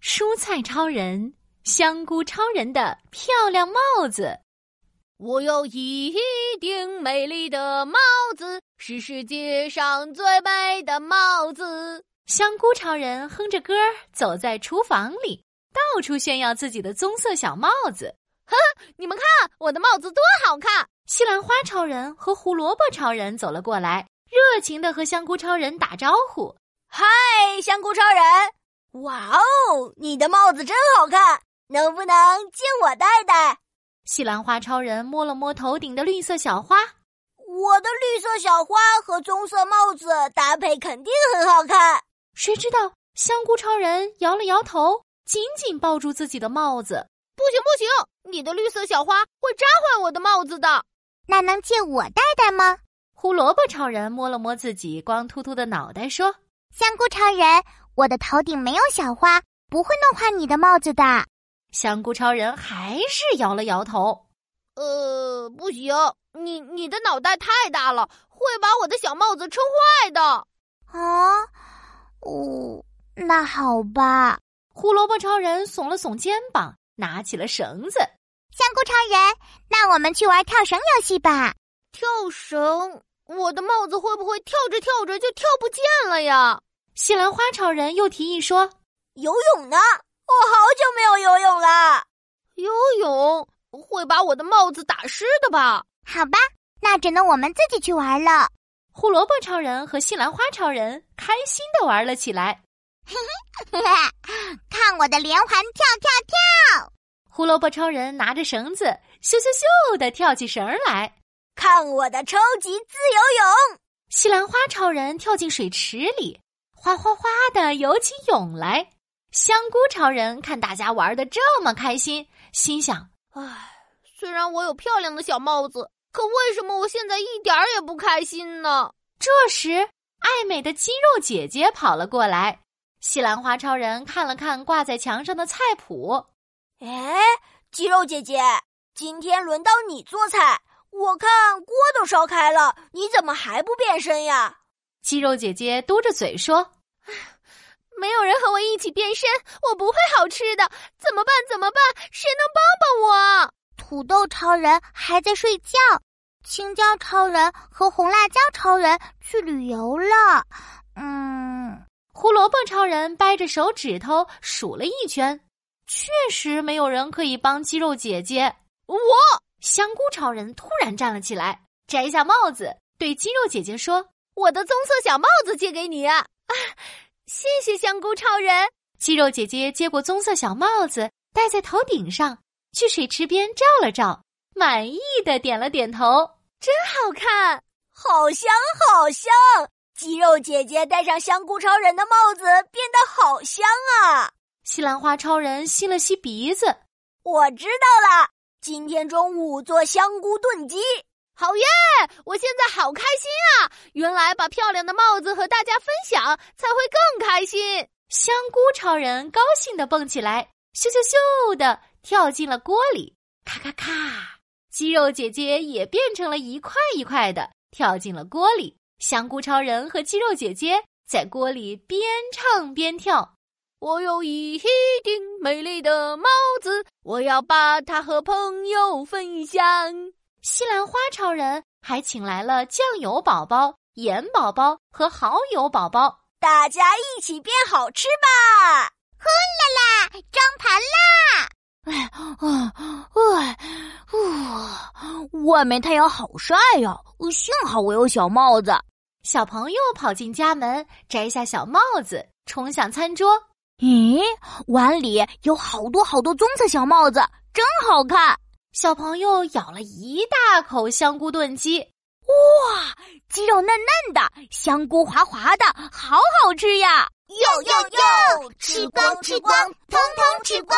蔬菜超人、香菇超人的漂亮帽子。我有一顶美丽的帽子，是世界上最美的帽子。香菇超人哼着歌儿走在厨房里，到处炫耀自己的棕色小帽子。你们看，我的帽子多好看！西兰花超人和胡萝卜超人走了过来，热情的和香菇超人打招呼。嗨，香菇超人！哇哦，你的帽子真好看，能不能借我戴戴？西兰花超人摸了摸头顶的绿色小花，我的绿色小花和棕色帽子搭配肯定很好看。谁知道香菇超人摇了摇头，紧紧抱住自己的帽子。不行不行，你的绿色小花会扎坏我的帽子的。那能借我戴戴吗？胡萝卜超人摸了摸自己光秃秃的脑袋，说香菇超人，我的头顶没有小花，不会弄坏你的帽子的。：“香菇超人还是摇了摇头。呃，不行，你你的脑袋太大了，会把我的小帽子撑坏的。啊，哦，那好吧。”胡萝卜超人耸了耸肩膀，拿起了绳子。香菇超人，那我们去玩跳绳游戏吧。跳绳，我的帽子会不会跳着跳着就跳不见了呀？西兰花超人又提议说游泳呢？我好久没有游泳了。游泳会把我的帽子打湿的吧？好吧，那只能我们自己去玩了。：“ 胡萝卜超人和西兰花超人开心的玩了起来。”看我的连环跳跳跳！胡萝卜超人拿着绳子，咻咻咻的跳起绳儿来。看我的超级自由泳！西兰花超人跳进水池里，哗哗哗的游起泳来。香菇超人看大家玩的这么开心，心想：唉，虽然我有漂亮的小帽子，可为什么我现在一点儿也不开心呢？这时，爱美的肌肉姐姐跑了过来。西兰花超人看了看挂在墙上的菜谱，哎，肌肉姐姐，今天轮到你做菜。我看锅都烧开了，你怎么还不变身呀？肌肉姐姐嘟着嘴说啊没有人和我一起变身，我不会好吃的，怎么办？怎么办？谁能帮帮我？土豆超人还在睡觉，青椒超人和红辣椒超人去旅游了。嗯，：“胡萝卜超人掰着手指头数了一圈，确实没有人可以帮肌肉姐姐。”我香菇超人突然站了起来，摘下帽子，对肌肉姐姐说我的棕色小帽子借给你啊！谢谢香菇超人。：“肌肉姐姐接过棕色小帽子，戴在头顶上，去水池边照了照，满意的点了点头。好看，好香，好香！肌肉姐姐戴上香菇超人的帽子，变得好香啊！”西兰花超人吸了吸鼻子，我知道了，今天中午做香菇炖鸡。好耶！我现在好开心啊！原来把漂亮的帽子和大家分享才会更开心。香菇超人高兴地蹦起来，咻咻咻地跳进了锅里，咔咔咔！肌肉姐姐也变成了一块一块的，跳进了锅里。香菇超人和肌肉姐姐在锅里边唱边跳。我有一顶美丽的帽子，我要把它和朋友分享。西兰花超人还请来了酱油宝宝、盐宝宝和蚝油宝宝。大家一起变好吃吧！装盘啊，哎，呜，外面太阳好晒呀、幸好我有小帽子。小朋友跑进家门，摘下小帽子，冲向餐桌。咦，碗里有好多好多棕色小帽子，真好看！小朋友咬了一大口香菇炖鸡，鸡肉嫩嫩的，香菇滑滑的，好好吃呀！哟哟哟，吃光吃光，通通吃光！